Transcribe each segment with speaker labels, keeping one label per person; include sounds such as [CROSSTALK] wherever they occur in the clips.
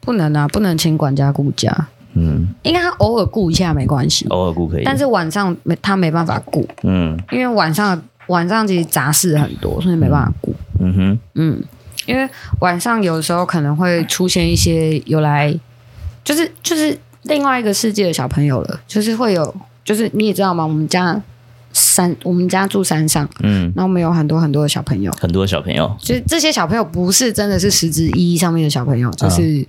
Speaker 1: 不能啊，不能请管家顾家，
Speaker 2: 嗯，
Speaker 1: 应该他偶尔顾一下没关系，
Speaker 2: 偶尔顾可以，
Speaker 1: 但是晚上没他没办法顾，
Speaker 2: 嗯
Speaker 1: 因为晚上晚上其实杂事很多，所以没办法顾。
Speaker 2: 嗯哼，
Speaker 1: 嗯，因为晚上有时候可能会出现一些有来，就是就是另外一个世界的小朋友了，就是会有，就是你也知道吗？我们家山，我们家住山上，
Speaker 2: 嗯，
Speaker 1: 然后我们有很多很多的小朋友，
Speaker 2: 很多小朋友，
Speaker 1: 就是这些小朋友不是真的是实质意义上面的小朋友，
Speaker 2: 嗯
Speaker 1: 就是。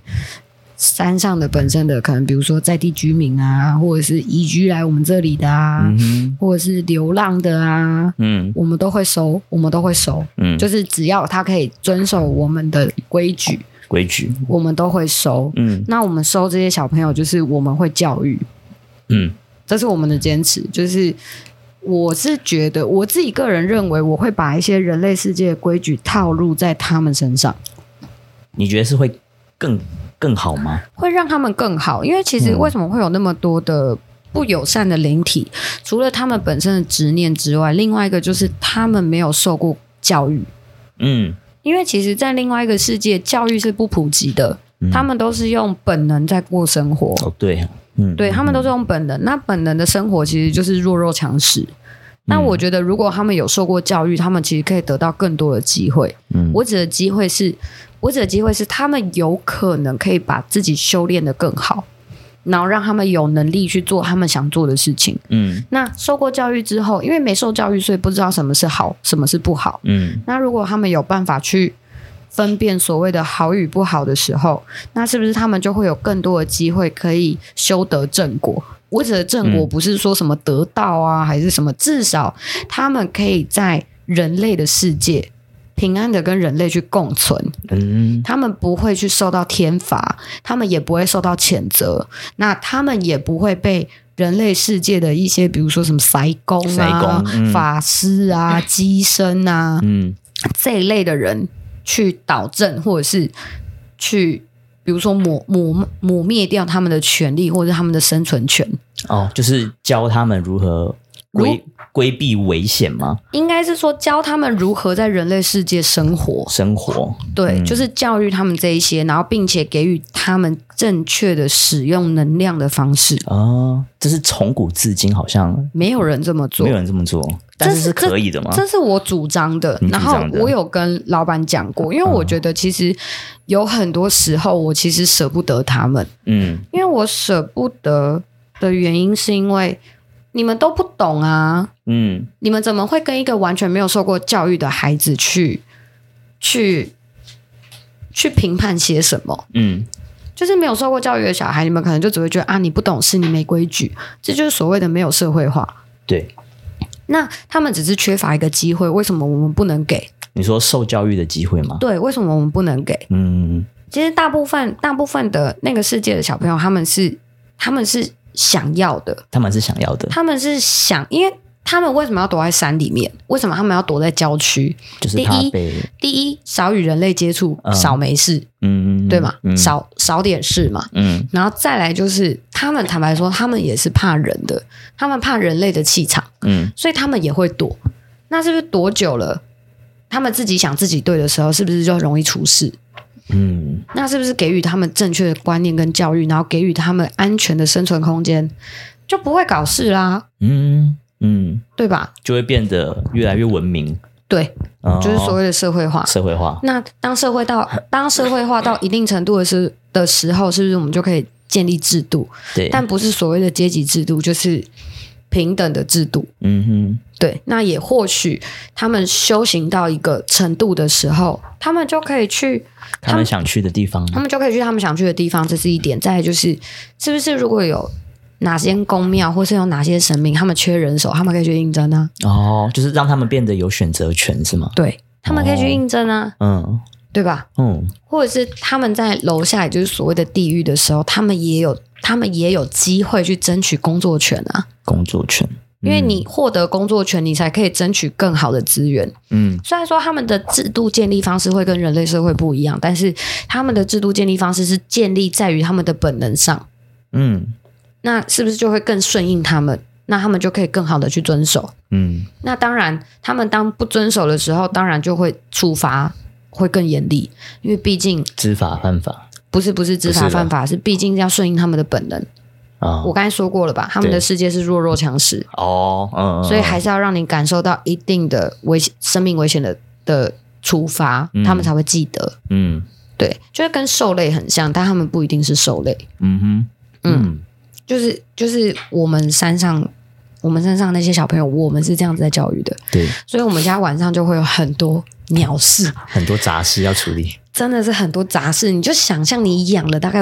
Speaker 1: 山上的本身的可能，比如说在地居民啊，或者是移居来我们这里的啊，
Speaker 2: 嗯哼，
Speaker 1: 或者是流浪的啊，
Speaker 2: 嗯
Speaker 1: 我们都会收，我们都会收。
Speaker 2: 嗯，
Speaker 1: 就是只要他可以遵守我们的规矩，
Speaker 2: 规矩，
Speaker 1: 我们都会收。
Speaker 2: 嗯
Speaker 1: 那我们收这些小朋友，就是我们会教育，
Speaker 2: 嗯
Speaker 1: 这是我们的坚持。就是我是觉得我自己个人认为，我会把一些人类世界的规矩套入在他们身上，
Speaker 2: 你觉得是会更更好吗？
Speaker 1: 会让他们更好。因为其实
Speaker 2: 嗯
Speaker 1: 为什么会有那么多的不友善的灵体？除了他们本身的执念之外，另外一个就是他们没有受过教育。
Speaker 2: 嗯，
Speaker 1: 因为其实，在另外一个世界，教育是不普及的，
Speaker 2: 嗯
Speaker 1: 他们都是用本能在过生活。
Speaker 2: 哦对，嗯，
Speaker 1: 对他们都是用本能，那本能的生活其实就是弱肉强食。那我觉得，如果他们有受过教育，他们其实可以得到更多的机会。
Speaker 2: 嗯
Speaker 1: 我指的机会是，我指的机会是，他们有可能可以把自己修炼得更好，然后让他们有能力去做他们想做的事情。
Speaker 2: 嗯
Speaker 1: 那受过教育之后，因为没受教育，所以不知道什么是好，什么是不好。
Speaker 2: 嗯
Speaker 1: 那如果他们有办法去分辨所谓的好与不好的时候，那是不是他们就会有更多的机会可以修得正果？我指的正果
Speaker 2: 嗯
Speaker 1: 不是说什么得道啊，还是什么，至少他们可以在人类的世界平安的跟人类去共存，
Speaker 2: 嗯
Speaker 1: 他们不会去受到天罚，他们也不会受到谴责，那他们也不会被人类世界的一些，比如说什么塞工
Speaker 2: 塞
Speaker 1: 啊
Speaker 2: 公、嗯
Speaker 1: 法
Speaker 2: [LAUGHS]
Speaker 1: 师啊、机身啊，
Speaker 2: 嗯
Speaker 1: 这一类的人去导正，或者是去，比如说抹抹抹灭掉他们的权利或者是他们的生存权，
Speaker 2: 哦，就是教他们如何规规避危险吗？
Speaker 1: 应该是说教他们如何在人类世界生活。
Speaker 2: 生活，
Speaker 1: 对，
Speaker 2: 嗯
Speaker 1: 就是教育他们这一些，然后并且给予他们正确的使用能量的方式。
Speaker 2: 哦，这是从古至今好像
Speaker 1: 没有人这么做
Speaker 2: 没有，人这么做，但是是可以的吗？
Speaker 1: 这是我主张的。
Speaker 2: 你主
Speaker 1: 然后
Speaker 2: 张的
Speaker 1: 我有跟老板讲过，因为我觉得其实有很多时候我其实舍不得他们。
Speaker 2: 嗯
Speaker 1: 因为我舍不得的原因，是因为你们都不懂啊！
Speaker 2: 嗯
Speaker 1: 你们怎么会跟一个完全没有受过教育的孩子去去去评判些什么？
Speaker 2: 嗯
Speaker 1: 就是没有受过教育的小孩，你们可能就只会觉得啊，你不懂事，你没规矩，这就是所谓的没有社会化。
Speaker 2: 对，
Speaker 1: 那他们只是缺乏一个机会，为什么我们不能给？
Speaker 2: 你说受教育的机会吗？
Speaker 1: 对，为什么我们不能给？
Speaker 2: 嗯
Speaker 1: 其实大部分大部分的那个世界的小朋友，他们是他们是想要的，
Speaker 2: 他们是想要的，
Speaker 1: 他们是想，因为他们为什么要躲在山里面？为什么他们要躲在郊区？
Speaker 2: 就是
Speaker 1: 第
Speaker 2: 他
Speaker 1: 一
Speaker 2: 被
Speaker 1: 第一，少与人类接触，
Speaker 2: 嗯
Speaker 1: 少没事，
Speaker 2: 嗯
Speaker 1: 对吗？
Speaker 2: 嗯
Speaker 1: 少少点事嘛。
Speaker 2: 嗯
Speaker 1: 然后再来就是，他们坦白说，他们也是怕人的，他们怕人类的气场，
Speaker 2: 嗯
Speaker 1: 所以他们也会躲。那是不是躲久了，他们自己想自己对的时候，是不是就容易出事？
Speaker 2: 嗯
Speaker 1: 那是不是给予他们正确的观念跟教育，然后给予他们安全的生存空间，就不会搞事啦，
Speaker 2: 嗯嗯，
Speaker 1: 对吧？
Speaker 2: 就会变得越来越文明，
Speaker 1: 对，
Speaker 2: 哦
Speaker 1: 就是所谓的社会化。
Speaker 2: 社会化，
Speaker 1: 那当社
Speaker 2: [LAUGHS]
Speaker 1: 会到当社会化到一定程度的时的时候，是不是我们就可以建立制度？
Speaker 2: 对，
Speaker 1: 但不是所谓的阶级制度，就是平等的制度。
Speaker 2: 嗯哼，
Speaker 1: 对，那也或许他们修行到一个程度的时候，他们就可以去，
Speaker 2: 他们想去的地方，
Speaker 1: 他们就可以去他们想去的地方，这是一点。再来就是，是不是如果有哪间宫庙，或是有哪些神明，他们缺人手，他们可以去应征啊？
Speaker 2: 哦，就是让他们变得有选择权，是吗？
Speaker 1: 对，他们可以去应征啊，
Speaker 2: 嗯
Speaker 1: 对吧？
Speaker 2: 嗯
Speaker 1: 或者是他们在楼下，也就是所谓的地狱的时候，他们也有他们也有机会去争取工作权啊。
Speaker 2: 工作权，
Speaker 1: 因为你获得工作权，你才可以争取更好的资源。
Speaker 2: 嗯
Speaker 1: 虽然说他们的制度建立方式会跟人类社会不一样，但是他们的制度建立方式是建立在于他们的本能上，
Speaker 2: 嗯
Speaker 1: 那是不是就会更顺应他们？那他们就可以更好的去遵守。
Speaker 2: 嗯
Speaker 1: 那当然，他们当不遵守的时候，当然就会处罚会更严厉，因为毕竟
Speaker 2: 知法犯法，
Speaker 1: 不是不是知
Speaker 2: 不
Speaker 1: 法
Speaker 2: 是的
Speaker 1: 犯法，是毕竟要顺应他们的本能。
Speaker 2: 啊
Speaker 1: 我刚才说过了吧，他们
Speaker 2: 对
Speaker 1: 的世界是弱肉强食，
Speaker 2: 哦，嗯，嗯
Speaker 1: 所以还
Speaker 2: 嗯
Speaker 1: 是要让你感受到一定的危险、生命危险的的处罚，
Speaker 2: 嗯
Speaker 1: 他们才会记得。
Speaker 2: 嗯
Speaker 1: 对，就是跟兽类很像，但他们不一定是兽类。
Speaker 2: 嗯哼嗯
Speaker 1: 就是就是我们山上，我们山上那些小朋友，我们是这样子在教育的，
Speaker 2: 对，
Speaker 1: 所以我们家晚上就会有很多鸟事，
Speaker 2: 很多杂事要处理，
Speaker 1: 真的是很多杂事。你就想象你养了大概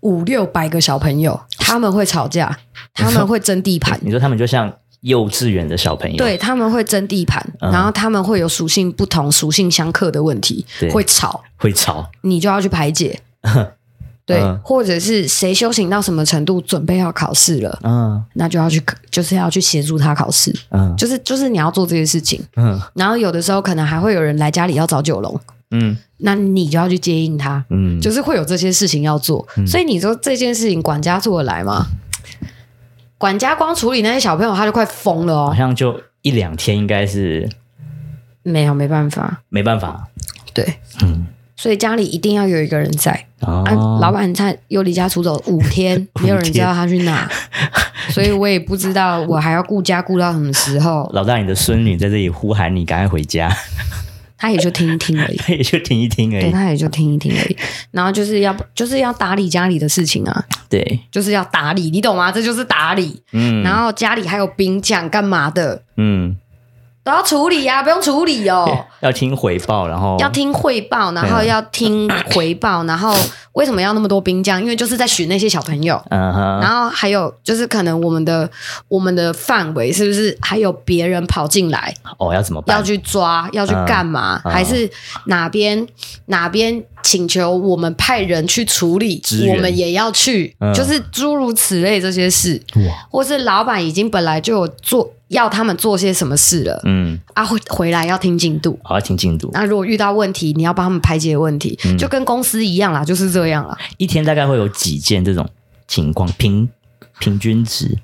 Speaker 1: 五六百个小朋友，他们会
Speaker 2: [LAUGHS]，
Speaker 1: 吵架，他们会争地盘
Speaker 2: 你说他们就像幼稚园的小朋友，
Speaker 1: 啊对，他们会争地盘，
Speaker 2: 嗯
Speaker 1: 然后他们会有属性不同、属性相克的问题
Speaker 2: 对，
Speaker 1: 会吵，
Speaker 2: 会吵，
Speaker 1: 你就要去排解。
Speaker 2: [LAUGHS]
Speaker 1: 对，
Speaker 2: 嗯
Speaker 1: 或者是谁修行到什么程度，准备要考试了，
Speaker 2: 嗯
Speaker 1: 那就要去，就是要去协助他考试。
Speaker 2: 嗯
Speaker 1: 就是就是你要做这些事情，
Speaker 2: 嗯
Speaker 1: 然后有的时候可能还会有人来家里要找九龙，
Speaker 2: 嗯
Speaker 1: 那你就要去接应他，
Speaker 2: 嗯，
Speaker 1: 就是会有这些事情要做。所以你说这件事情管家做得来吗？管家光处理那些小朋友，他就快疯了
Speaker 2: 好
Speaker 1: 哦。
Speaker 2: 像就一两天应该是
Speaker 1: 没有，没办法，
Speaker 2: 没办法，
Speaker 1: 对，
Speaker 2: 嗯
Speaker 1: 所以家里一定要有一个人在。
Speaker 2: 哦
Speaker 1: 啊，老板他又离家出走五
Speaker 2: [LAUGHS]
Speaker 1: 天，没有人知道他去哪， [LAUGHS] 所以我也不知道我还要顾家顾到什么时候。
Speaker 2: 老大，你的孙女在这里呼喊你，赶快回家， [LAUGHS]
Speaker 1: 他也就听一听而已。
Speaker 2: 也就听一听而
Speaker 1: 对，
Speaker 2: 已。
Speaker 1: 他也就听一听而已。然后就是要就是要打理家里的事情啊，
Speaker 2: 对，
Speaker 1: 就是要打理，你懂吗？这就是打理。
Speaker 2: 嗯，
Speaker 1: 然后家里还有兵将干嘛的
Speaker 2: 嗯，
Speaker 1: 都要处理啊，不用处理
Speaker 2: 对
Speaker 1: 哦。
Speaker 2: 要听回报，然后
Speaker 1: 要听汇报，然后
Speaker 2: 对啊
Speaker 1: 要听回报，然后为什么要那么多兵将？因为就是在选那些小朋友。
Speaker 2: 嗯哼，
Speaker 1: 然后还有就是，可能我们的我们的范围是不是还有别人跑进来，
Speaker 2: 哦，要怎么
Speaker 1: 要
Speaker 2: 办？
Speaker 1: 去抓，要去干嘛？
Speaker 2: 嗯
Speaker 1: 还是哪边哪边请求我们派人去处理
Speaker 2: 支，援
Speaker 1: 我们也要去，
Speaker 2: 嗯
Speaker 1: 就是诸如此类这些事，
Speaker 2: 哇，
Speaker 1: 或是老板已经本来就有做要他们做些什么事了、
Speaker 2: 嗯，哦
Speaker 1: 啊，回回来要听进度。
Speaker 2: 好，要听进度，
Speaker 1: 那如果遇到问题，你要帮他们排解问题，
Speaker 2: 嗯
Speaker 1: 就跟公司一样啦，就是这样啦。
Speaker 2: 一天大概会有几件这种情况，平平均值，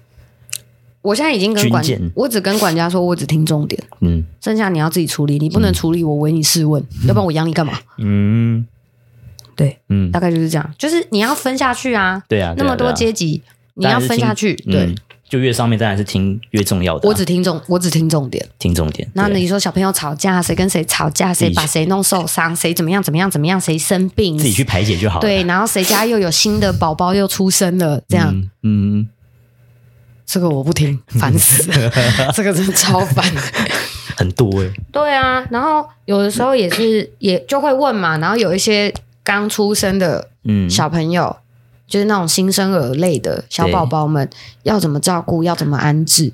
Speaker 1: 我现在已经跟管
Speaker 2: 军舰，
Speaker 1: 我只跟管家说，我只听重点，
Speaker 2: 嗯
Speaker 1: 剩下你要自己处理，你不能处理，我唯你是问， [LAUGHS] 要不然我养你干嘛？
Speaker 2: 嗯
Speaker 1: 对，
Speaker 2: 嗯，
Speaker 1: 大概就是这样，就是你要分下去啊，
Speaker 2: 对啊，
Speaker 1: 那么多阶级，你
Speaker 2: 当
Speaker 1: 要
Speaker 2: 然是
Speaker 1: 分
Speaker 2: 听
Speaker 1: 下去。
Speaker 2: 嗯
Speaker 1: 对，
Speaker 2: 就越上面当然是听越重要的啊，
Speaker 1: 我只听重，我只听重点。
Speaker 2: 听重点。
Speaker 1: 那
Speaker 2: 对啊
Speaker 1: 你说小朋友吵架，谁跟谁吵架，
Speaker 2: 己
Speaker 1: 谁把谁弄受伤，谁怎么样怎么样怎么样，谁生病，
Speaker 2: 自己去排解就好了。
Speaker 1: 对，然后谁家又有新的宝宝又出生了，这样、
Speaker 2: 嗯，嗯，
Speaker 1: 这个我不
Speaker 2: [LAUGHS]
Speaker 1: 听，烦死了，这个真的超烦。
Speaker 2: 很多哎，
Speaker 1: 对啊，然后有的时候也是也就会问嘛，然后有一些刚出生的
Speaker 2: 嗯，
Speaker 1: 小朋友，就是那种新生儿类的小宝宝们，要怎么照顾，要怎么安置，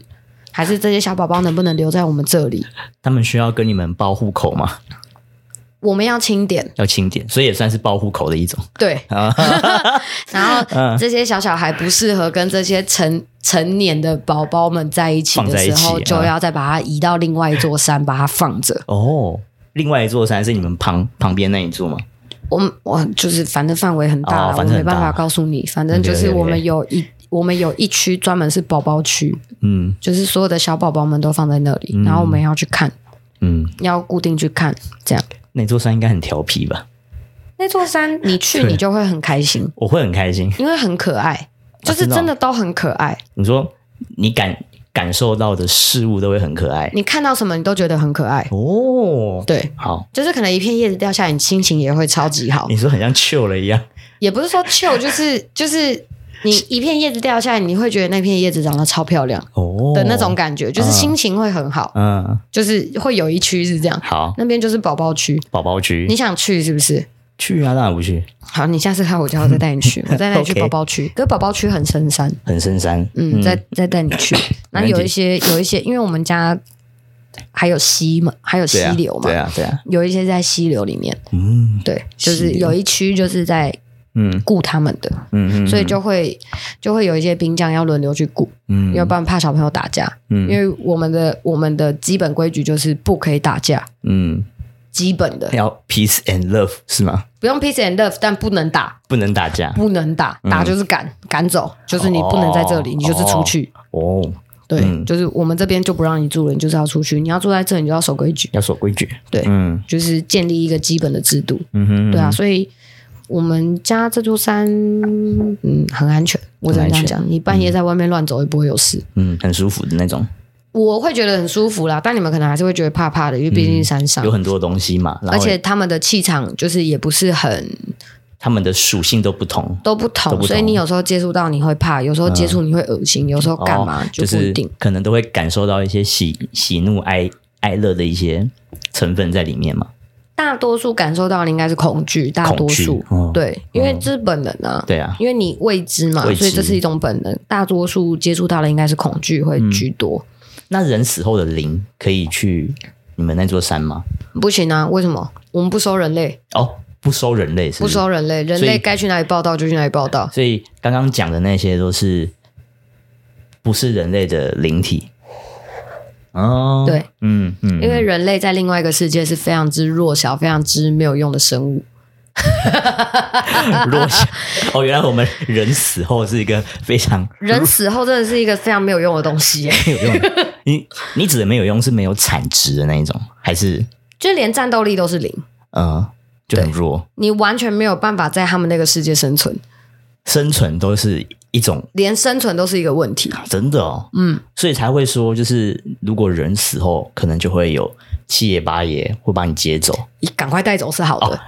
Speaker 1: 还是这些小宝宝能不能留在我们这里？
Speaker 2: 他们需要跟你们报户口嘛，
Speaker 1: 我们要清点，
Speaker 2: [LAUGHS] 要清点，所以也算是报户口的一种。
Speaker 1: 对。
Speaker 2: 啊
Speaker 1: [LAUGHS] 然
Speaker 2: 嗯
Speaker 1: 后这些小小孩不适合跟这些成成年的宝宝们在一起
Speaker 2: 放
Speaker 1: 的
Speaker 2: 在一
Speaker 1: 时
Speaker 2: 起
Speaker 1: 候，
Speaker 2: 嗯
Speaker 1: 就要再把它移到另外一座山，把它放着。
Speaker 2: 哦，另外一座山是你们旁旁边那一座吗？
Speaker 1: 我们我就是反正范围很大
Speaker 2: 哦
Speaker 1: 啦，我
Speaker 2: 反正
Speaker 1: 没
Speaker 2: 很大
Speaker 1: 办法告诉你。反正就是
Speaker 2: OK，OK，OK
Speaker 1: 我们有一我们有一区专门是宝宝区，
Speaker 2: 嗯
Speaker 1: 就是所有的小宝宝们都放在那里，然后我们要去看。
Speaker 2: 嗯，
Speaker 1: 要固定去看，这样。
Speaker 2: 那座山应该很调皮吧？
Speaker 1: 那座山你去
Speaker 2: 对
Speaker 1: 你就会很开心，
Speaker 2: 我会很开心。
Speaker 1: 因为很可爱，就是
Speaker 2: 真的哦
Speaker 1: 真的都很可爱。
Speaker 2: 你说你感感受到的事物都会很可爱
Speaker 1: 你看到什么你都觉得很可爱，
Speaker 2: 哦。
Speaker 1: 对，
Speaker 2: 好，
Speaker 1: 就是可能一片叶子掉下来，你心情也会超级好。
Speaker 2: 你说很像 chill 了一样，
Speaker 1: 也不是说 chill，就是 [LAUGHS] 就是你一片叶子掉下来，你会觉得那片叶子长得超漂亮
Speaker 2: 哦
Speaker 1: 的那种，感觉，就是心情会很好，
Speaker 2: 嗯，
Speaker 1: 就是会有一区是这样，
Speaker 2: 好，
Speaker 1: 那边就是宝宝区，
Speaker 2: 宝宝区
Speaker 1: 你想去是不是？
Speaker 2: 去啊，当然不去，
Speaker 1: 好，你下次看我家，我再带你
Speaker 2: [LAUGHS]
Speaker 1: 去，我再带你去
Speaker 2: OK
Speaker 1: 宝宝区，可是宝宝区很深山。
Speaker 2: 很深山，
Speaker 1: 嗯，再再带你
Speaker 2: [LAUGHS]
Speaker 1: 去。那
Speaker 2: 没问题
Speaker 1: 有一些有一些，因为我们家还有溪嘛，还有溪
Speaker 2: 对啊
Speaker 1: 流嘛，
Speaker 2: 对啊，对啊，
Speaker 1: 有一些在溪流里面，
Speaker 2: 嗯
Speaker 1: 对，就是
Speaker 2: 溪流
Speaker 1: 有一区就是在
Speaker 2: 嗯
Speaker 1: 顾他们的，
Speaker 2: 嗯嗯，
Speaker 1: 所以就会就会有一些兵将要轮流去顾，
Speaker 2: 嗯
Speaker 1: 要不然怕小朋友打架，因
Speaker 2: 嗯
Speaker 1: 为我们的我们的基本规矩就是不可以打架。
Speaker 2: 嗯，
Speaker 1: 基本的
Speaker 2: 要 peace and love 是吗？
Speaker 1: 不用 peace and love，但不能打，
Speaker 2: 不能打架
Speaker 1: 不能打，打就是赶赶走，就是你不能在这里，
Speaker 2: 嗯哦
Speaker 1: 你就是出去。
Speaker 2: 哦，
Speaker 1: 对，
Speaker 2: 嗯
Speaker 1: 就是我们这边就不让你住了，你就是要出去。你要住在这，你就要守规矩，
Speaker 2: 要守规矩，
Speaker 1: 对
Speaker 2: 嗯
Speaker 1: 就是建立一个基本的制度。
Speaker 2: 嗯哼，
Speaker 1: 对啊，所以我们家这座山，嗯，很安全。我只能这样讲，你半夜在外面乱走也不会有事。
Speaker 2: 嗯，很舒服的那种，
Speaker 1: 我会觉得很舒服啦，但你们可能还是会觉得怕怕的，因为毕竟是山上，
Speaker 2: 嗯有很多东西嘛，然
Speaker 1: 啊而
Speaker 2: 后
Speaker 1: 且他们的气场就是也不是很
Speaker 2: 它们的属性都不同，
Speaker 1: 都不同，
Speaker 2: 都不同嗯
Speaker 1: 所以你有时候接触到你会怕，有时候接触你会恶心，有时候干嘛、
Speaker 2: 哦
Speaker 1: 就
Speaker 2: 就
Speaker 1: 不一定。
Speaker 2: 是可能都会感受到一些喜喜怒哀哀乐的一些成分在里面嘛。
Speaker 1: 大多数感受到的应该是恐惧，大多数
Speaker 2: 恐、惧哦
Speaker 1: 对，因为这是本能啊。
Speaker 2: 对啊，
Speaker 1: 因为你未知嘛，
Speaker 2: 未知
Speaker 1: 所以这是一种本能。大多数接触到的应该是恐惧会居多。
Speaker 2: 那人死后的灵可以去你们那座山吗？
Speaker 1: 不行啊，为什么？我们不收人类，
Speaker 2: 哦，不收人类是
Speaker 1: 不
Speaker 2: 不是，
Speaker 1: 收人类，人
Speaker 2: 所
Speaker 1: 类
Speaker 2: 以
Speaker 1: 该去哪里报道就去哪里报道。
Speaker 2: 所以刚刚讲的那些都是不是人类的灵体。哦，
Speaker 1: 对，
Speaker 2: 嗯
Speaker 1: [LAUGHS]
Speaker 2: 嗯，
Speaker 1: 因为人类在另外一个世界是非常之弱小、非常之没有用的生物。
Speaker 2: 嗯落下哦，原来我们人死后是一个非常
Speaker 1: 人死后真的是一个非常没有用的东西耶， [LAUGHS]
Speaker 2: 没有用的。你你指的没有用是没有产值的那一种，还是
Speaker 1: 就连战斗力都是零，
Speaker 2: 呃就很弱？
Speaker 1: 你完全没有办法在他们那个世界生存，
Speaker 2: 生存都是一种
Speaker 1: 连生存都是一个问题。
Speaker 2: 真的哦，
Speaker 1: 嗯，
Speaker 2: 所以才会说，就是如果人死后，可能就会有七爷八爷会把你接走
Speaker 1: 你赶快带走是好的，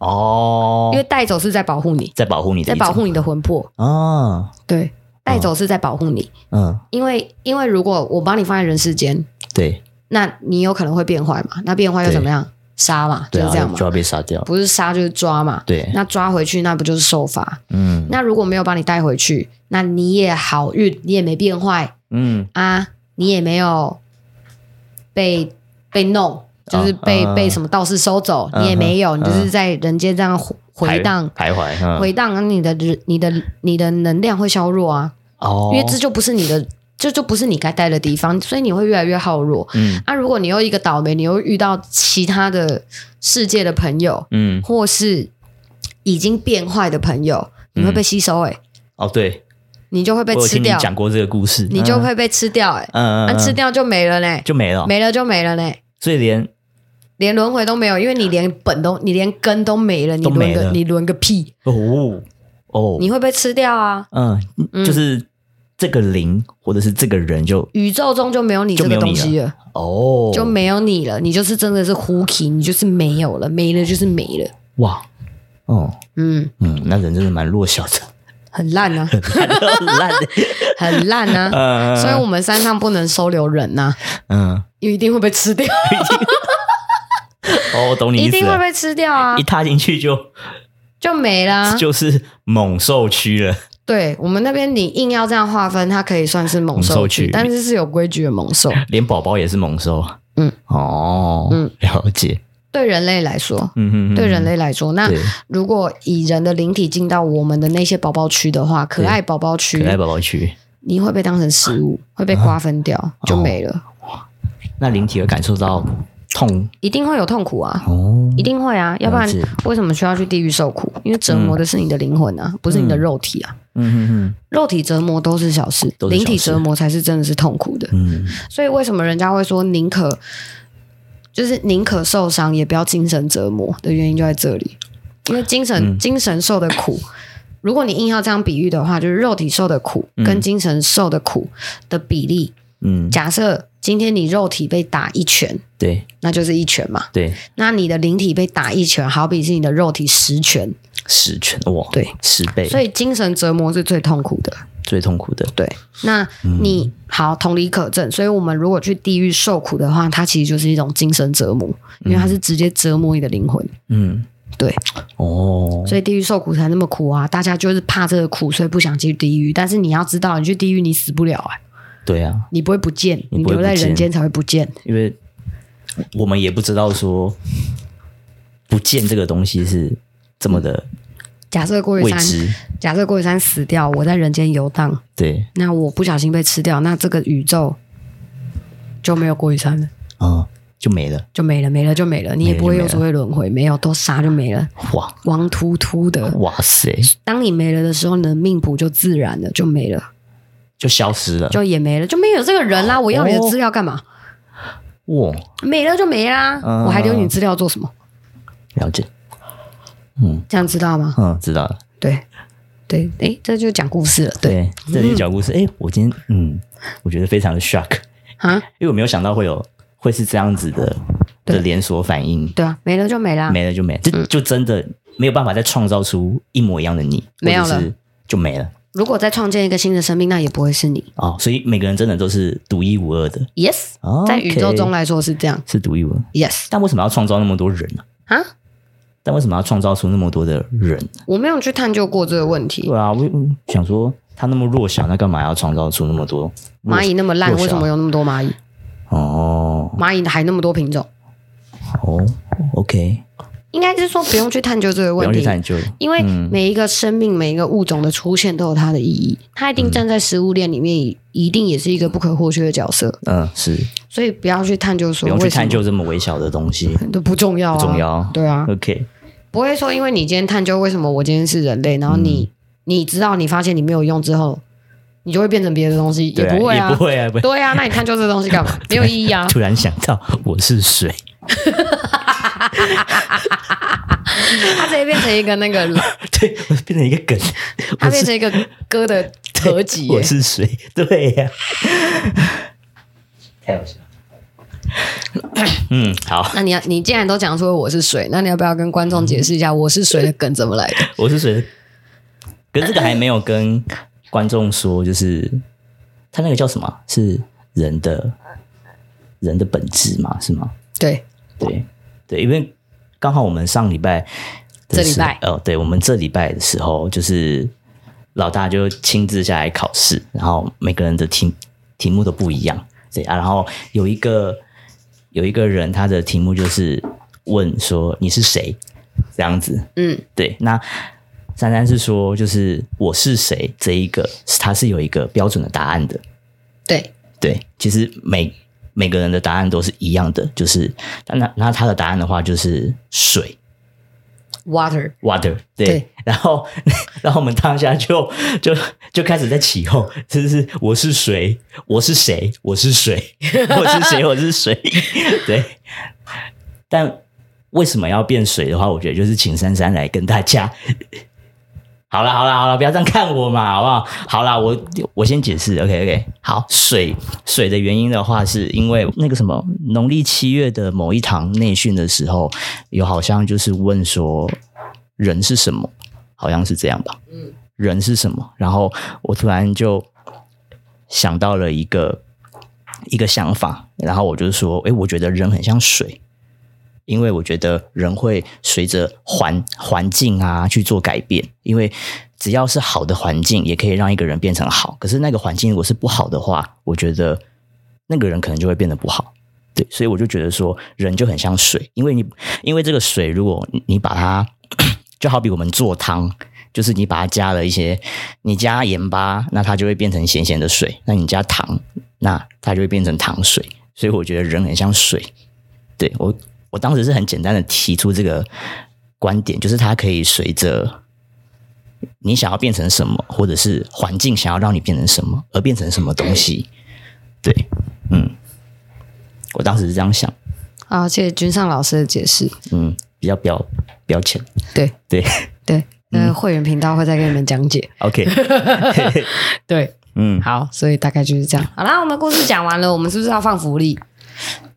Speaker 2: 哦
Speaker 1: 因，为带走是在保护你，
Speaker 2: 在保护你的
Speaker 1: 在
Speaker 2: 一种，
Speaker 1: 保护你的魂魄。
Speaker 2: 啊，
Speaker 1: 对，带走是在保护你，
Speaker 2: 嗯，
Speaker 1: 因为因为如果我把你放在人世间，
Speaker 2: 对，
Speaker 1: 那你有可能会变坏嘛？那变坏又怎么样？杀嘛，
Speaker 2: 对
Speaker 1: 就是
Speaker 2: 啊，
Speaker 1: 这样嘛
Speaker 2: 就，要被杀掉，
Speaker 1: 不是杀就是抓嘛。
Speaker 2: 对，
Speaker 1: 那抓回去，那不就是受罚？
Speaker 2: 嗯
Speaker 1: 那如果没有把你带回去，那你也好运，你也没变坏
Speaker 2: 嗯，
Speaker 1: 啊，你也没有被被弄，就是被、
Speaker 2: 啊
Speaker 1: 被什么道士收走，
Speaker 2: 嗯
Speaker 1: 你也没有，
Speaker 2: 嗯
Speaker 1: 你就是在人间这样回回
Speaker 2: 徘
Speaker 1: 荡。
Speaker 2: 徘徊，嗯
Speaker 1: 回荡，那你的你的你的能量会削弱啊，
Speaker 2: 哦，
Speaker 1: 因为这就不是你的，这就不是你该待的地方，所以你会越来越耗弱。
Speaker 2: 嗯
Speaker 1: 啊，如果你又一个倒霉，你又遇到其他的世界的朋友，
Speaker 2: 嗯，
Speaker 1: 或是已经变坏的朋友，你会被吸收、欸，
Speaker 2: 哦，对，
Speaker 1: 你就会被
Speaker 2: 嗯我有
Speaker 1: 吃
Speaker 2: 听你
Speaker 1: 掉，
Speaker 2: 讲过这个故事，嗯
Speaker 1: 你就会被吃掉、欸，哎、
Speaker 2: 嗯，嗯
Speaker 1: 那、
Speaker 2: 嗯，
Speaker 1: 吃
Speaker 2: 嗯
Speaker 1: 掉就没了嘞、
Speaker 2: 就哦没了，
Speaker 1: 没了就没了嘞、
Speaker 2: 所以连
Speaker 1: 连轮回都没有，因为你连本都，你连根都没了，你
Speaker 2: 都
Speaker 1: 轮
Speaker 2: 没
Speaker 1: 个
Speaker 2: 了
Speaker 1: 你轮个屁，
Speaker 2: 哦哦，
Speaker 1: 你会被吃掉啊！
Speaker 2: 嗯，就是这个灵或者是这个人就
Speaker 1: 宇宙中就没有你这
Speaker 2: 就没有
Speaker 1: 个东
Speaker 2: 你
Speaker 1: 西了，
Speaker 2: 哦，
Speaker 1: 就没有你了，你就是真的是 h o k y 你就是没有了，没了就是没了，
Speaker 2: 哇，哦，
Speaker 1: 嗯，
Speaker 2: 嗯，那人真的蛮弱小的， [LAUGHS]
Speaker 1: 很烂啊，
Speaker 2: 很烂的，
Speaker 1: 很烂啊。
Speaker 2: 嗯
Speaker 1: 所以我们山上不能收留人呐、
Speaker 2: 嗯，
Speaker 1: 因为一定会被吃掉，
Speaker 2: 哦，我懂你
Speaker 1: 一
Speaker 2: 意思
Speaker 1: 定会
Speaker 2: 了，
Speaker 1: 被吃掉啊
Speaker 2: 一，踏进去就
Speaker 1: 就没啦。
Speaker 2: 就是猛兽区了，
Speaker 1: 对我们那边，你硬要这样划分，它可以算是猛兽
Speaker 2: 猛兽
Speaker 1: 区
Speaker 2: 区，
Speaker 1: 但是是有规矩的猛兽。
Speaker 2: 连宝宝也是猛兽，啊
Speaker 1: 嗯，
Speaker 2: 哦，
Speaker 1: 嗯，
Speaker 2: 了解，
Speaker 1: 对人类来说，
Speaker 2: 嗯嗯，
Speaker 1: 对人
Speaker 2: 类，
Speaker 1: 类来说，那
Speaker 2: 对，
Speaker 1: 如果以人的灵体进到我们的那些宝宝区的话，可爱宝宝区
Speaker 2: 可，爱宝啊宝区，
Speaker 1: 你会被当成食物，会被瓜分掉，就没
Speaker 2: 哦
Speaker 1: 了，
Speaker 2: 那灵体会感受到痛
Speaker 1: 一定会有痛苦啊。
Speaker 2: 哦，
Speaker 1: 一定会啊，要不然
Speaker 2: 了解
Speaker 1: 为什么需要去地狱受苦？因为折磨的是你的灵魂啊，不是你的肉体啊。
Speaker 2: 嗯嗯嗯
Speaker 1: 肉体折磨都是小事，
Speaker 2: 都是小
Speaker 1: 灵
Speaker 2: 事
Speaker 1: 体折磨才是真的是痛苦的。
Speaker 2: 嗯嗯，
Speaker 1: 所以为什么人家会说宁可就是宁可受伤，也不要精神折磨的原因就在这里，因为精神、
Speaker 2: 嗯
Speaker 1: 精神受的苦。如果你硬要这样比喻的话，就是肉体受的苦跟精神受的苦的比例。
Speaker 2: 嗯，
Speaker 1: 假设今天你肉体被打一拳，
Speaker 2: 对
Speaker 1: 那就是一拳嘛。
Speaker 2: 对，
Speaker 1: 那你的灵体被打一拳，好比是你的肉体十拳，
Speaker 2: 十拳哇，
Speaker 1: 对，
Speaker 2: 十倍，
Speaker 1: 所以精神折磨是最痛苦的。
Speaker 2: 最痛苦的，
Speaker 1: 对，那你、好，同理可证。所以，我们如果去地狱受苦的话，它其实就是一种精神折磨，因为它是直接折磨你的灵魂。
Speaker 2: 嗯，
Speaker 1: 对，
Speaker 2: 哦，
Speaker 1: 所以地狱受苦才那么苦啊！大家就是怕这个苦，所以不想去地狱。但是你要知道，你去地狱你死不了啊，
Speaker 2: 对啊，
Speaker 1: 你不会不见，你
Speaker 2: 你不会
Speaker 1: 留在
Speaker 2: 不见
Speaker 1: 人间才会不见。
Speaker 2: 因为我们也不知道说不见这个东西是这么的
Speaker 1: 假设郭雨
Speaker 2: 未
Speaker 1: 山，
Speaker 2: 知，
Speaker 1: 假设郭雨山死掉，我在人间游荡，
Speaker 2: 对，
Speaker 1: 那我不小心被吃掉，那这个宇宙就没有郭雨山了，
Speaker 2: 嗯，就没了，
Speaker 1: 就没了，没了就没了，你也
Speaker 2: 没了
Speaker 1: 不会
Speaker 2: 就没
Speaker 1: 有
Speaker 2: 了
Speaker 1: 所谓轮回，没有都杀就没了，
Speaker 2: 哇
Speaker 1: 光秃秃的。
Speaker 2: 哇塞，
Speaker 1: 当你没了的时候，你的命谱就自然了，就没了，
Speaker 2: 就消失了，
Speaker 1: 就也没了，就没有这个人啦。我要你的资料干嘛？
Speaker 2: 哇，
Speaker 1: 没了就没啦，
Speaker 2: 嗯
Speaker 1: 我还留你资料做什么？
Speaker 2: 了解，嗯
Speaker 1: 这样知道吗？
Speaker 2: 嗯，知道了。
Speaker 1: 对，对，诶，这就讲故事了，对
Speaker 2: 对，这里讲故事。哎、我今天嗯，我觉得非常的 shock，
Speaker 1: 啊，
Speaker 2: 因为我没有想到会有会是这样子的的连锁反应，
Speaker 1: 对啊，没嗯了就没啦，
Speaker 2: 没了就没了，就就真的没有办法再创造出一模一样的你，
Speaker 1: 没有了
Speaker 2: 或者是就没了
Speaker 1: 如果再创建一个新的生命，那也不会是你。
Speaker 2: 哦。所以每个人真的都是独一无二的，
Speaker 1: Yes，、
Speaker 2: 哦
Speaker 1: 在宇宙
Speaker 2: OK
Speaker 1: 中来说是这样。
Speaker 2: 是独一无二。
Speaker 1: Yes，
Speaker 2: 但为什么要创造那么多人呢、
Speaker 1: 啊，
Speaker 2: 但为什么要创造出那么多的人？
Speaker 1: 我没有去探究过这个问题。
Speaker 2: 对啊，我嗯想说他那么弱小，那干嘛要创造出那么多弱
Speaker 1: 蚂蚁那么烂，
Speaker 2: 弱小
Speaker 1: 为什么有那么多蚂蚁？
Speaker 2: 哦
Speaker 1: 蚂蚁还那么多品种，
Speaker 2: 哦，OK，
Speaker 1: 应该是说不用去探究这个
Speaker 2: 不
Speaker 1: 问
Speaker 2: 用去
Speaker 1: 题，
Speaker 2: 探究了。嗯
Speaker 1: 因为每一个生命、每一个物种的出现都有它的意义，它一定站在食物链里面，一定也是一个不可或缺的角色，
Speaker 2: 嗯，是
Speaker 1: 所以不要去探究
Speaker 2: 不
Speaker 1: 说
Speaker 2: 用去
Speaker 1: 为什
Speaker 2: 探
Speaker 1: 么
Speaker 2: 究这么微小的东西，
Speaker 1: 都不重要啊，
Speaker 2: 不重要。
Speaker 1: 对啊，
Speaker 2: OK，
Speaker 1: 不会说因为你今天探究为什么我今天是人类，然后
Speaker 2: 嗯
Speaker 1: 你、你知道你发现你没有用之后，你就会变成别的东西，
Speaker 2: 对啊，
Speaker 1: 不会啊，
Speaker 2: 也不会啊，不会。
Speaker 1: 对啊，那你探究这东西干嘛？没有意义
Speaker 2: [LAUGHS]
Speaker 1: 啊。
Speaker 2: 突然想到我是水，
Speaker 1: 它直接变成一个那个，
Speaker 2: 对我变成一个梗，
Speaker 1: 它变成一个歌的合集耶
Speaker 2: 我。是水，对呀、太好笑了。嗯，好，
Speaker 1: 那你要，你既然都讲说我是水，那你要不要跟观众解释一下我是水的梗怎么来的？
Speaker 2: [LAUGHS] 我是水，可是这个还没有跟观众说，就是他那个叫什么啊？是人的人的本质嘛？是吗？
Speaker 1: 对，
Speaker 2: 对对，因为刚好我们上礼拜的
Speaker 1: 这礼
Speaker 2: 时候
Speaker 1: 拜
Speaker 2: 哦，对，我们这礼拜的时候，就是老大就亲自下来考试，然后每个人的题题目都不一样，对啊，然后有一个有一个人他的题目就是问说你是谁这样子，
Speaker 1: 嗯，
Speaker 2: 对，那。珊珊是说，就是我是谁这一个，它是有一个标准的答案的，
Speaker 1: 对，
Speaker 2: 对，其实每每个人的答案都是一样的，就是那那他的答案的话就是水
Speaker 1: water，
Speaker 2: water 对，
Speaker 1: 对
Speaker 2: 然后 [LAUGHS] 然后我们当下就就就开始在起哄，就是我是谁，我是谁，我是谁， [LAUGHS] 我是谁，我是谁， [LAUGHS] 对，但为什么要变水的话，我觉得就是请珊珊来跟大家。好啦好啦好啦，不要这样看我嘛，好不好？好啦，我我先解释，OK OK。好，水水的原因的话，是因为那个什么农历七月的某一堂内训的时候，有好像就是问说人是什么，好像是这样吧？嗯，人是什么？然后我突然就想到了一个一个想法，然后我就说，诶，我觉得人很像水。因为我觉得人会随着环环境啊去做改变，因为只要是好的环境，也可以让一个人变成好。可是那个环境如果是不好的话，我觉得那个人可能就会变得不好。对，所以我就觉得说，人就很像水，因为你因为这个水，如果你你把它就好比我们做汤，就是你把它加了一些，你加盐巴，那它就会变成咸咸的水；那你加糖，那它就会变成糖水。所以我觉得人很像水，对我，我当时是很简单的提出这个观点，就是它可以随着你想要变成什么，或者是环境想要让你变成什么，而变成什么东西。对，嗯，我当时是这样想，
Speaker 1: 好，啊谢谢君上老师的解释。
Speaker 2: 嗯，比较表表浅，
Speaker 1: 对
Speaker 2: 对
Speaker 1: 对，呃，会员频道会再给你们讲解。
Speaker 2: ，OK，
Speaker 1: 对，
Speaker 2: 嗯
Speaker 1: 好，所以大概就是这样。好啦，我们故事讲完了，我们是不是要放福利？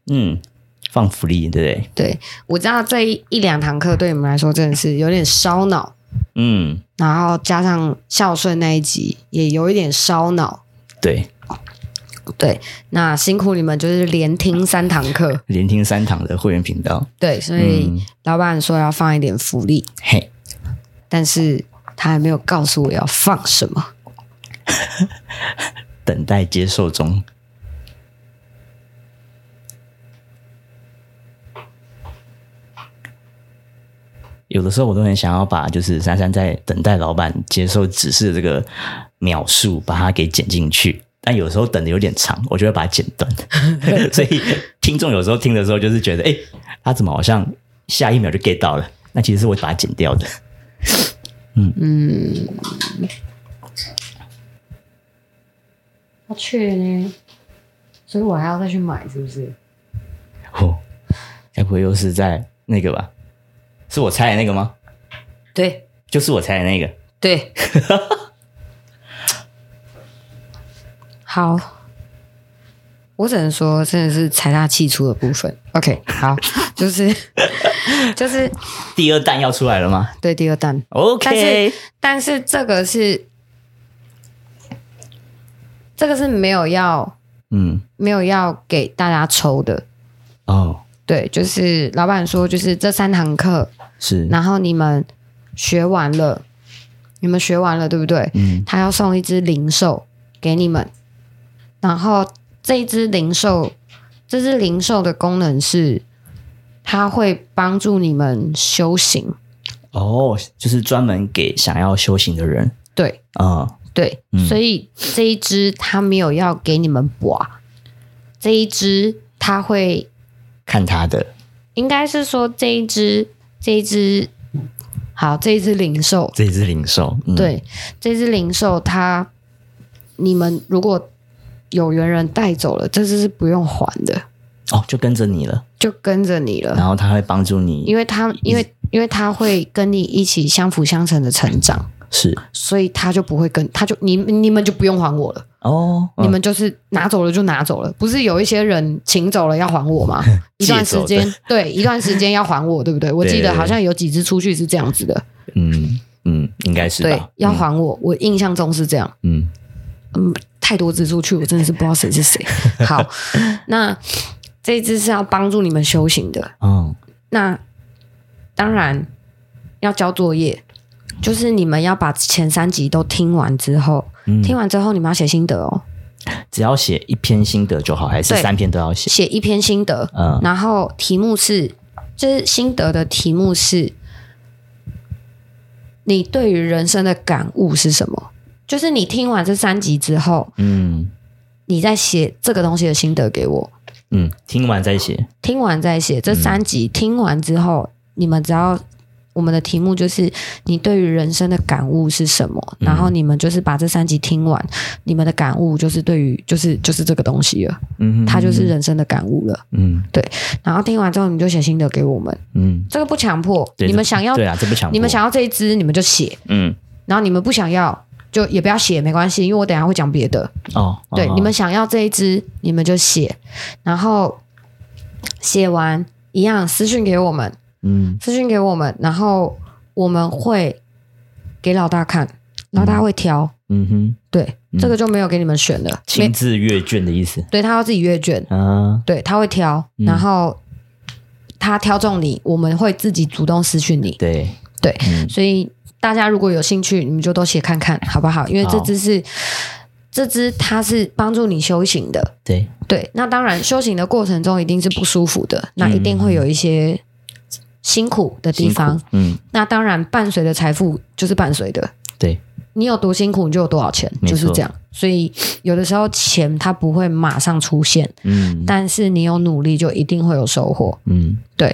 Speaker 2: 嗯，放福利，对不对？
Speaker 1: 对我知道这一一两堂课对你们来说真的是有点烧脑，
Speaker 2: 嗯，
Speaker 1: 然后加上孝顺那一集也有一点烧脑。
Speaker 2: 对，
Speaker 1: 对，那辛苦你们就是连听三堂课，
Speaker 2: 连听三堂的会员频道，
Speaker 1: 对，所以老板说要放一点福利，
Speaker 2: 嘿，
Speaker 1: 但是他还没有告诉我要放什么。
Speaker 2: 等待接受中。有的时候我都很想要把就是珊珊在等待老板接受指示的这个秒数把它给剪进去，但有时候等的有点长，我就会把它剪断。所以听众有时候听的时候就是觉得，哎、他怎么好像下一秒就 get 到了？那其实是我把它剪掉的。
Speaker 1: 要去呢，所以我还要再去买，是不是？
Speaker 2: 哦，该不会又是在那个吧？是我猜的那个吗？
Speaker 1: 对
Speaker 2: 就是我猜的那个。
Speaker 1: 对，好，我只能说真的是财大气粗的部分。OK，好，就是 [LAUGHS] 就是
Speaker 2: 第二弹要出来了吗
Speaker 1: 对第二弹，但
Speaker 2: ？OK，
Speaker 1: 是但是这个是这个是没有要
Speaker 2: 嗯，
Speaker 1: 没有要给大家抽的，
Speaker 2: 哦，
Speaker 1: 对，就是老板说就是这三堂课，
Speaker 2: 是，
Speaker 1: 然后你们学完了，你们学完了对不对？
Speaker 2: 嗯，
Speaker 1: 他要送一只灵兽给你们，然后这一只灵兽，这只灵兽的功能是，它会帮助你们修行。
Speaker 2: 哦，就是专门给想要修行的人
Speaker 1: 对
Speaker 2: 啊、嗯
Speaker 1: 对，所以这一只它没有要给你们拔，这一只它会
Speaker 2: 看他的，
Speaker 1: 应该是说这一只这一只好这一只灵兽
Speaker 2: 这只灵兽，嗯、，
Speaker 1: 对，这只灵兽它，你们如果有缘人带走了，这只是不用还的，
Speaker 2: 哦，就跟着你了，
Speaker 1: 就跟着你了，
Speaker 2: 然后他会帮助你，
Speaker 1: 呃因为它因为因为它会跟你一起相辅相成的成长，
Speaker 2: 是，
Speaker 1: 所以它就不会跟它就你你们就不用还我了，
Speaker 2: 哦，
Speaker 1: 你
Speaker 2: 嗯
Speaker 1: 们就是拿走了就拿走了，不是有一些人请走了要还我吗？一段时
Speaker 2: [LAUGHS] 借走
Speaker 1: 间对，一段时间要还我，对
Speaker 2: [LAUGHS]
Speaker 1: 不对？我记
Speaker 2: 对
Speaker 1: 得
Speaker 2: 对
Speaker 1: 好像有几只出去是这样子的，
Speaker 2: 嗯嗯，应该是
Speaker 1: 对
Speaker 2: 吧，，
Speaker 1: 要还我，我印象中是这样。
Speaker 2: 嗯
Speaker 1: 嗯，太多只出去，我真的是不知道谁
Speaker 2: [LAUGHS]
Speaker 1: 是谁。好，那这一只是要帮助你们修行的，
Speaker 2: 哦，
Speaker 1: 那当然要交作业，就是你们要把前三集都听完之后，
Speaker 2: 嗯
Speaker 1: 听完之后你们要写心得哦，
Speaker 2: 只要写一篇心得就好，还是
Speaker 1: 对
Speaker 2: 三篇都要写？
Speaker 1: 写一篇心得，
Speaker 2: 嗯
Speaker 1: 然后题目是，就是心得的题目是，你对于人生的感悟是什么？就是你听完这三集之后，
Speaker 2: 嗯
Speaker 1: 你再写这个东西的心得给我。
Speaker 2: 嗯，听完再写，
Speaker 1: 听完再写。这三集、
Speaker 2: 嗯
Speaker 1: 听完之后，你们只要我们的题目就是你对于人生的感悟是什么，
Speaker 2: 嗯
Speaker 1: 然后你们就是把这三集听完，你们的感悟就是对于就是就是这个东西了，
Speaker 2: 嗯，
Speaker 1: 它就是人生的感悟了。
Speaker 2: 嗯
Speaker 1: 然后听完之后，你就写心得给我们，
Speaker 2: 嗯，
Speaker 1: 这个不强迫，
Speaker 2: 对
Speaker 1: 你们想要
Speaker 2: 对啊，这不强迫，
Speaker 1: 你们想要这一支你们就写，
Speaker 2: 嗯
Speaker 1: 然后你们不想要。就也不要写，没关系，因为我等一下会讲别的。
Speaker 2: 哦，
Speaker 1: 对，
Speaker 2: 哦
Speaker 1: 你们想要这一支，你们就写，然后写完一样私讯给我们，
Speaker 2: 嗯
Speaker 1: 私讯给我们，然后我们会给老大看，老大会挑。
Speaker 2: 嗯哼，
Speaker 1: 对，这个就没有给你们选了，
Speaker 2: 亲
Speaker 1: 没
Speaker 2: 自阅卷的意思
Speaker 1: 对他要自己阅卷，
Speaker 2: 啊，
Speaker 1: 对他会挑，然后他挑中你，我们会自己主动私讯你。
Speaker 2: 对，
Speaker 1: 对，
Speaker 2: 嗯
Speaker 1: 所以大家如果有兴趣，你们就都写看看好不好？因为这
Speaker 2: 好
Speaker 1: 只是这只它是帮助你修行的。
Speaker 2: 对，
Speaker 1: 对，那当然，修行的过程中一定是不舒服的，那一定会有一些辛苦的地
Speaker 2: 嗯辛苦
Speaker 1: 方。，
Speaker 2: 嗯，
Speaker 1: 那当然，伴随的财富就是伴随的，
Speaker 2: 对，
Speaker 1: 你有多辛苦，你就有多少钱，
Speaker 2: 没
Speaker 1: 就
Speaker 2: 错
Speaker 1: 是这样。所以有的时候钱它不会马上出现，
Speaker 2: 嗯
Speaker 1: 但是你有努力，就一定会有收获。
Speaker 2: 嗯，
Speaker 1: 对，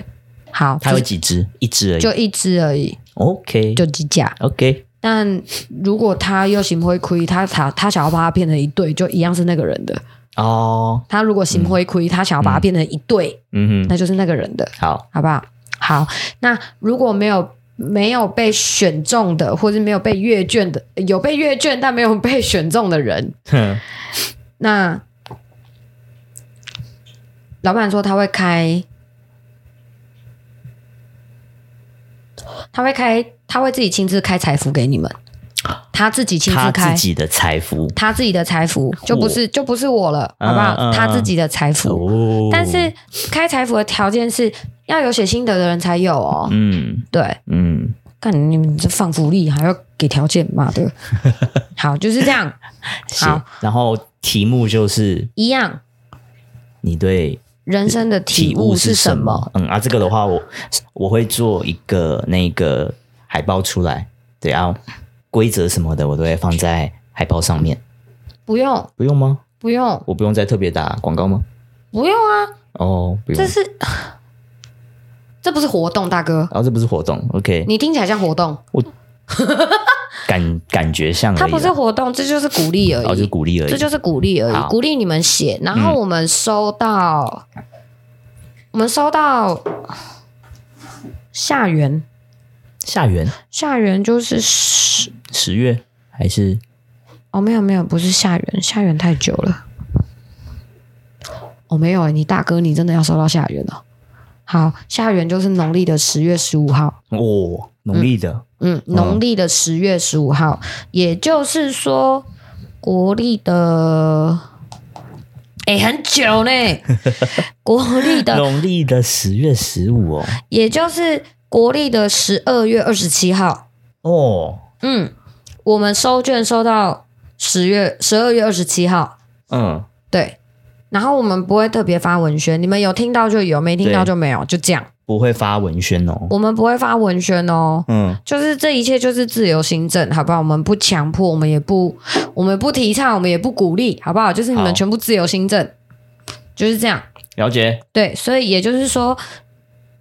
Speaker 1: 好，
Speaker 2: 它有
Speaker 1: 就
Speaker 2: 几只？一只而已
Speaker 1: 就一只而已，
Speaker 2: ，OK，
Speaker 1: 就几架。
Speaker 2: OK，
Speaker 1: 但如果他又行会亏，他他他想要把它变成一对，就一样是那个人的。
Speaker 2: 哦，
Speaker 1: 他如果行会亏，他想要把它变成一对，
Speaker 2: 嗯嗯哼，
Speaker 1: 那就是那个人的。
Speaker 2: [LAUGHS] 好，
Speaker 1: 好不好？好，那如果没有没有被选中的，或是没有被阅卷的，有被阅卷但没有被选中的人，
Speaker 2: 哼
Speaker 1: 那老板说他会开，他会开，他会自己亲自开财富给你们，他自己亲自
Speaker 2: 他
Speaker 1: 开
Speaker 2: 自。己的财富
Speaker 1: 他自己的财富就不是就不是我了，好不好？
Speaker 2: 嗯嗯
Speaker 1: 他自己的财富，
Speaker 2: 哦，
Speaker 1: 但是开财富的条件是要有写心得的人才有哦。
Speaker 2: 嗯
Speaker 1: 对，
Speaker 2: 嗯，
Speaker 1: 看你们这放福利还要给条件，妈
Speaker 2: [LAUGHS]
Speaker 1: 的！好，就是这样，
Speaker 2: 是
Speaker 1: 好，
Speaker 2: 然后题目就是
Speaker 1: 一样。
Speaker 2: 你对
Speaker 1: 人生的体
Speaker 2: 悟
Speaker 1: 悟是
Speaker 2: 什
Speaker 1: 什么？？
Speaker 2: 嗯啊，这个的话我我会做一个那个海报出来，对啊，规则什么的我都会放在海报上面，
Speaker 1: 不用，
Speaker 2: 不用吗？
Speaker 1: 不用，
Speaker 2: 我不用再特别打广告吗？
Speaker 1: 不用啊！
Speaker 2: 哦，不用
Speaker 1: 这。是 [SIGHS] 这不是活动，大哥，
Speaker 2: 然后、这不是活动，OK，
Speaker 1: 你听起来像活动，
Speaker 2: 啊感感觉像而已啦
Speaker 1: 它不是活动，这就是鼓励而
Speaker 2: 然后哦就
Speaker 1: 已，
Speaker 2: 鼓励而已，
Speaker 1: 这就是鼓励而已，
Speaker 2: 好嗯
Speaker 1: 鼓励你们写。然后我们收到，我们收到下元，
Speaker 2: 下元
Speaker 1: 下元就是十
Speaker 2: 十月还是
Speaker 1: 哦，没有没有，不是下元，下元太久了。哦，没有欸，你大哥，你真的要收到下元哦。好，下元就是农历的十月十五号，
Speaker 2: 哦农历的、
Speaker 1: 嗯，农历的十月十五号，也就是说国历的，哎、很久呢，国历的
Speaker 2: 农历的十月十五哦
Speaker 1: 也就是国历的十二月二十七号。
Speaker 2: 哦
Speaker 1: 嗯，我们收卷收到十月十二月二十七号，
Speaker 2: 嗯
Speaker 1: 对。然后我们不会特别发文宣，你们有听到就有，没听到就没有，就这样。
Speaker 2: 不会发文宣哦
Speaker 1: 我们不会发文宣哦，
Speaker 2: 嗯
Speaker 1: 就是这一切就是自由行政，好不好？我们不强迫，我们也不，我们不提倡，我们也不鼓励，好不好？就是你
Speaker 2: 好
Speaker 1: 们全部自由行政，就是这样。
Speaker 2: 了解
Speaker 1: 对，所以也就是说，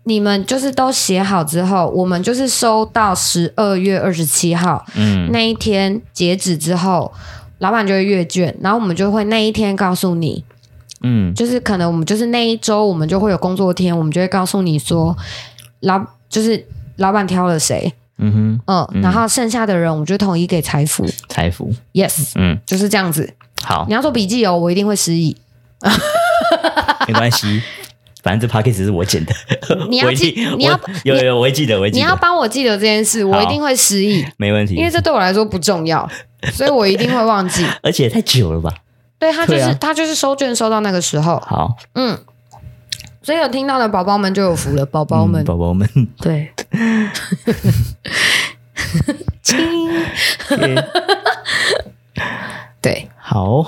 Speaker 1: 你们就是都写好之后，我们就是收到十二月二十七号、
Speaker 2: 嗯
Speaker 1: 那一天截止之后，老板就会阅卷，然后我们就会那一天告诉你，
Speaker 2: 嗯
Speaker 1: 就是可能我们就是那一周我们就会有工作天，我们就会告诉你说，老就是老板挑了谁，
Speaker 2: 嗯哼
Speaker 1: 嗯，然后剩下的人我们就统一给财富
Speaker 2: 财富
Speaker 1: ，yes，
Speaker 2: 嗯
Speaker 1: 就是这样子。
Speaker 2: 好
Speaker 1: [LAUGHS] 你要做笔记哦，我一定会失忆。
Speaker 2: 没关系。反正这 p a c k a g e 是我剪的，
Speaker 1: [LAUGHS] 你要
Speaker 2: 我一
Speaker 1: 记
Speaker 2: 定
Speaker 1: 你要
Speaker 2: 我有有我会记得，我会记
Speaker 1: 你要
Speaker 2: 得，
Speaker 1: 帮我记得这件事，我
Speaker 2: 好
Speaker 1: 一定会
Speaker 2: [LAUGHS]
Speaker 1: 失忆。
Speaker 2: 没问题
Speaker 1: 因。为这对我来说不重要，所以我一定会
Speaker 2: [LAUGHS]
Speaker 1: 忘记。
Speaker 2: 而且太久了吧？
Speaker 1: 对他就是、
Speaker 2: 对啊
Speaker 1: 他就是收卷收到那个时候，
Speaker 2: 好，
Speaker 1: 嗯，所以有听到的宝宝们就有福了，宝宝们、
Speaker 2: 嗯宝宝们， [LAUGHS]
Speaker 1: 对， [LAUGHS] 对
Speaker 2: 好，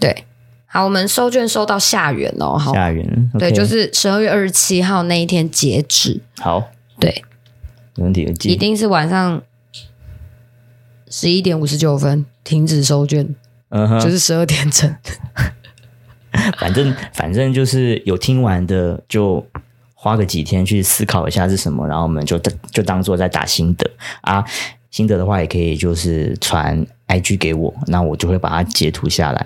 Speaker 1: 对，好，我们收卷收到下元哦，好，
Speaker 2: 下元
Speaker 1: 对
Speaker 2: OK
Speaker 1: 就是十二月二十七号那一天截止，
Speaker 2: 好，
Speaker 1: 对，
Speaker 2: 嗯没问题，我记
Speaker 1: 一定是晚上十一点五十九分停止收卷，
Speaker 2: 嗯哼，
Speaker 1: 就是十二
Speaker 2: [LAUGHS]
Speaker 1: 点整，
Speaker 2: 反正反正就是有听完的，就花个几天去思考一下是什么，然后我们就就当做在打心得啊。心得的话，也可以就是传 IG 给我，那我就会把它截图下来。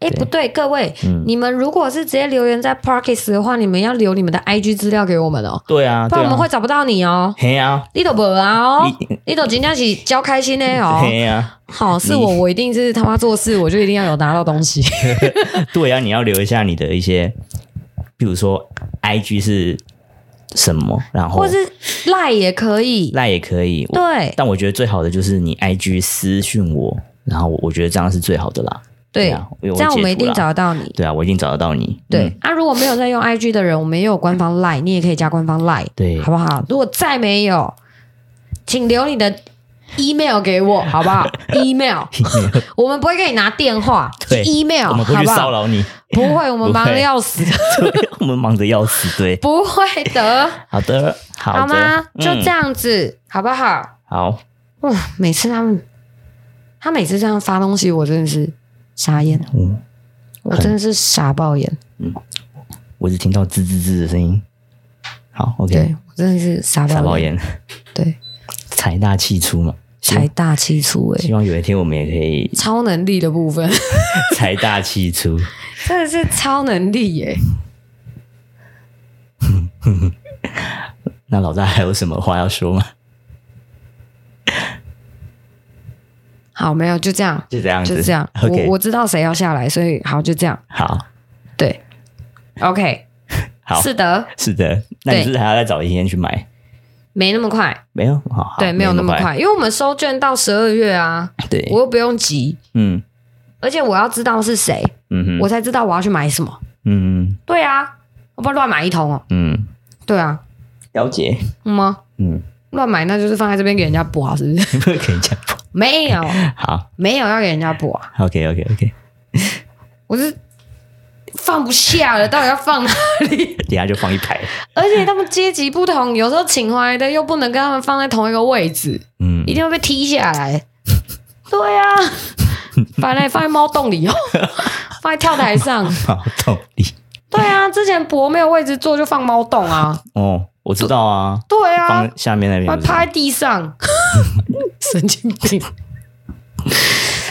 Speaker 1: 哎，
Speaker 2: 对
Speaker 1: 不对，各位，
Speaker 2: 嗯
Speaker 1: 你们如果是直接留言在 Parkes 的话，你们要留你们的 IG 资料给我们哦，
Speaker 2: 对啊，
Speaker 1: 不
Speaker 2: 对
Speaker 1: 然我们
Speaker 2: 啊
Speaker 1: 会，找不到你哦。
Speaker 2: 嘿啊，
Speaker 1: 你都无啊哦
Speaker 2: 你，
Speaker 1: 你都真正是交开心的哦。
Speaker 2: 嘿啊，
Speaker 1: 好，是我，我一定是他妈做事，我就一定要有拿到东西。
Speaker 2: 对啊，你要留一下你的一些，比如说 IG 是什么，然后
Speaker 1: 或是赖也可以。
Speaker 2: 哦赖也可以，我
Speaker 1: 对
Speaker 2: 但我觉得最好的就是你 IG 私讯我，然后我我觉得这样是最好的啦。
Speaker 1: 对
Speaker 2: 啊，
Speaker 1: 这样我们一
Speaker 2: 因为截图
Speaker 1: 定。
Speaker 2: 啦
Speaker 1: 找得到你。
Speaker 2: 对啊，我一定找得到你。
Speaker 1: 对
Speaker 2: 嗯
Speaker 1: 啊，如果没有在用 IG 的人，我们也有官方赖，你也可以加官方赖，
Speaker 2: 对
Speaker 1: 好不好？如果再没有，请留你的 email
Speaker 2: [LAUGHS]
Speaker 1: 给我，好不好？email，我 [LAUGHS] 们不会给你拿电话，是
Speaker 2: 对
Speaker 1: email，
Speaker 2: 我们
Speaker 1: 好
Speaker 2: 不
Speaker 1: 不
Speaker 2: 去骚
Speaker 1: 好？
Speaker 2: 扰你，
Speaker 1: 不会，我们
Speaker 2: 不
Speaker 1: 忙
Speaker 2: 会
Speaker 1: 的要死，
Speaker 2: 对，我们忙着要死。对，
Speaker 1: 不会的。
Speaker 2: [LAUGHS] 好的，好的，
Speaker 1: 好吗？
Speaker 2: 嗯
Speaker 1: 就这样子，好不好？
Speaker 2: 好，
Speaker 1: 哇，每次他们，他每次这样发东西，我真的是傻眼，
Speaker 2: 嗯，
Speaker 1: 我真的是傻爆眼，
Speaker 2: 我只听到吱吱吱的声音。好，OK，
Speaker 1: 对我真的是傻
Speaker 2: 傻
Speaker 1: 爆
Speaker 2: 包
Speaker 1: 眼，
Speaker 2: 烟，
Speaker 1: 对，
Speaker 2: 财大气粗嘛。
Speaker 1: 财大气粗哎、
Speaker 2: 希望有一天我们也可以
Speaker 1: 超能力的
Speaker 2: [LAUGHS]
Speaker 1: 部分
Speaker 2: 财大气粗。
Speaker 1: 真的是超能力耶、
Speaker 2: 那老大还有什么话要说吗？
Speaker 1: 好，没有就这样，
Speaker 2: 就这样子，
Speaker 1: 就这样。
Speaker 2: [LAUGHS] OK，
Speaker 1: 我我知道谁要下来，所以好就这样。
Speaker 2: 好，
Speaker 1: 对，OK，
Speaker 2: [LAUGHS] 好，
Speaker 1: 是的，
Speaker 2: 是的。那你
Speaker 1: 对
Speaker 2: 是不是还要再找一天去买？
Speaker 1: 没那么快，
Speaker 2: 没有，好，好
Speaker 1: 对，没有那么。快，因为我们收卷到十二月啊，
Speaker 2: 对，
Speaker 1: 我又不用急，
Speaker 2: 嗯
Speaker 1: 而且我要知道是谁，
Speaker 2: 嗯哼，
Speaker 1: 我才知道我要去买什么。
Speaker 2: 嗯
Speaker 1: 对啊，我不然乱买一通哦。
Speaker 2: 嗯，
Speaker 1: 对啊，
Speaker 2: 了解，
Speaker 1: 嗯吗？
Speaker 2: 嗯，
Speaker 1: 乱买那就是放在这边给人家补啊，是不
Speaker 2: [LAUGHS]
Speaker 1: 是？
Speaker 2: 不可以讲。
Speaker 1: 没有，
Speaker 2: 好
Speaker 1: 没有要给人家补啊，
Speaker 2: ，OK OK OK，
Speaker 1: 我是放不下了，到底要放哪里？
Speaker 2: 等一下就放一排。
Speaker 1: 而且他们阶级不同，有时候请回来的又不能跟他们放在同一个位置，
Speaker 2: 嗯
Speaker 1: 一，定会被踢下来。对啊，把那放在猫洞里哦，放在跳台上。
Speaker 2: [LAUGHS] 好道理
Speaker 1: 对啊，之前博没有位置坐就放猫洞啊。
Speaker 2: 哦，我知道啊，
Speaker 1: 对啊，
Speaker 2: 放下面那边
Speaker 1: 还
Speaker 2: 不是
Speaker 1: 趴在地上，神经病。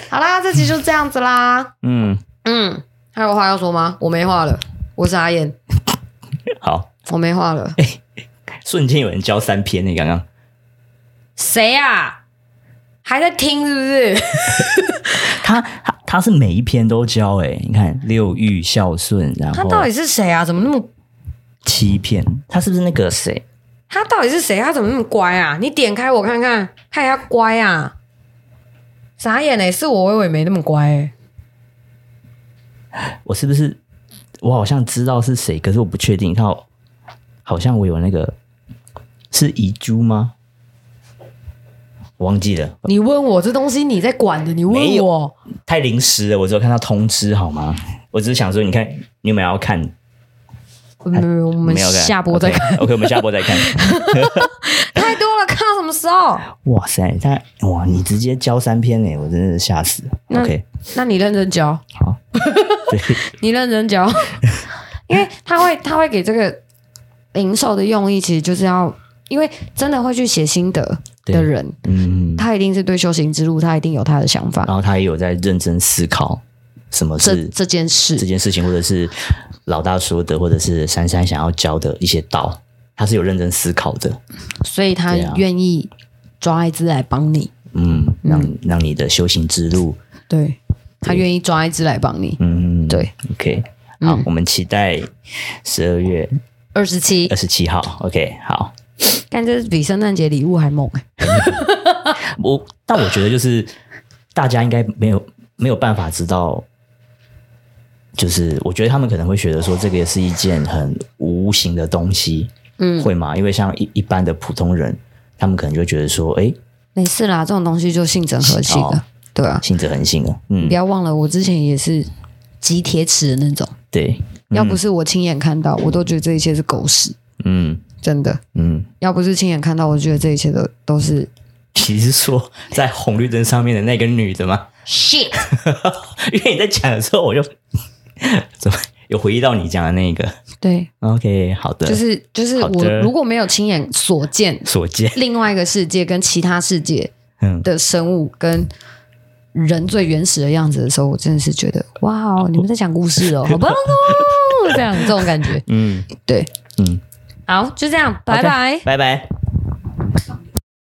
Speaker 1: 好啦，这集就这样子啦。
Speaker 2: 嗯，
Speaker 1: 嗯，还有话要说吗？我没话了，我是阿燕，
Speaker 2: 好，
Speaker 1: 我没话了。
Speaker 2: 瞬间有人教三篇呢，刚刚
Speaker 1: 谁啊？还在听是不是？
Speaker 2: 他他他是每一篇都教哎、你看六欲孝顺，然
Speaker 1: 他
Speaker 2: 后
Speaker 1: 到底是谁啊？怎么那么
Speaker 2: 欺骗，他是不是那个谁？
Speaker 1: 他到底是谁？他怎么那么乖啊？你点开我看看，看一下乖啊！傻眼嘞、是我微微没那么乖、欸。
Speaker 2: 我是不是我好像知道是谁，可是我不确定。他好好像我有那个是遗珠吗？忘记了，
Speaker 1: 你问我这东西你在管的，你
Speaker 2: 没
Speaker 1: 问
Speaker 2: 有哎
Speaker 1: 我
Speaker 2: 太临时了。我只有看到通知好吗？我只是想说，你看你有没有要看？
Speaker 1: 没有，没嗯有我们
Speaker 2: 没有看
Speaker 1: 下播再看。
Speaker 2: OK，OK，我们下播再看。
Speaker 1: 太多了，看到什么时候？
Speaker 2: [LAUGHS] 哇塞，他哇，你直接教三篇欸呢，我真的是吓死了。
Speaker 1: 那
Speaker 2: OK，
Speaker 1: 那你认真教，
Speaker 2: 好，对，
Speaker 1: [LAUGHS] 你认真教，因为他会他会给这个零售的用意，其实就是要，因为真的会去写心得
Speaker 2: 对
Speaker 1: 的人，
Speaker 2: 嗯，
Speaker 1: 他一定是对修行之路，他一定有他的想法。
Speaker 2: 然后他也有在认真思考什么
Speaker 1: 这
Speaker 2: 是
Speaker 1: 这件事
Speaker 2: 这件事情，或者是老大说的，或者是珊珊想要教的一些道，他是有认真思考的。
Speaker 1: 所以他
Speaker 2: 对啊
Speaker 1: 愿意抓一只来帮你，
Speaker 2: 嗯，让让你的修行之路，
Speaker 1: 对他愿意抓一只来帮你。
Speaker 2: 嗯，
Speaker 1: 对
Speaker 2: ，OK，好，我们期待十二月
Speaker 1: 二十七
Speaker 2: 二，十七号，OK，好，
Speaker 1: 但这比圣诞节礼物还猛哎、
Speaker 2: 我但我觉得就是大家应该没有没有办法知道，就是我觉得他们可能会觉得说这个也是一件很无形的东西，
Speaker 1: 嗯，
Speaker 2: 会吗？因为像一一般的普通人，他们可能就会觉得说，哎、
Speaker 1: 没事啦，这种东西就性整合性的，
Speaker 2: 哦
Speaker 1: 对啊，
Speaker 2: 信者恒信哦，
Speaker 1: 你
Speaker 2: 嗯
Speaker 1: 不，要忘了，我之前也是集铁齿的那种，
Speaker 2: 对，
Speaker 1: 要不是我亲眼看到，我都觉得这一切是狗屎，
Speaker 2: 嗯
Speaker 1: 真的。
Speaker 2: 嗯，
Speaker 1: 要不是亲眼看到，我觉得这一切都都是
Speaker 2: 其实说在红绿灯上面的那个女的吗？
Speaker 1: shit。
Speaker 2: 因为你在讲的时候，我就怎么有回忆到你讲的那个
Speaker 1: 对，
Speaker 2: ，OK，好的，
Speaker 1: 就是就是
Speaker 2: 好
Speaker 1: 我
Speaker 2: 的
Speaker 1: 如果没有亲眼所见，
Speaker 2: 所见，
Speaker 1: 另外一个世界跟其他世界
Speaker 2: 嗯
Speaker 1: 的生物跟人最原始的样子的时候，我真的是觉得哇哦，你们在讲故
Speaker 2: [LAUGHS]
Speaker 1: 事哦，好棒哦，这样这种感觉，
Speaker 2: 嗯
Speaker 1: 对，
Speaker 2: 嗯，
Speaker 1: 好，就这样，拜
Speaker 2: OK，
Speaker 1: 拜。
Speaker 2: 拜拜。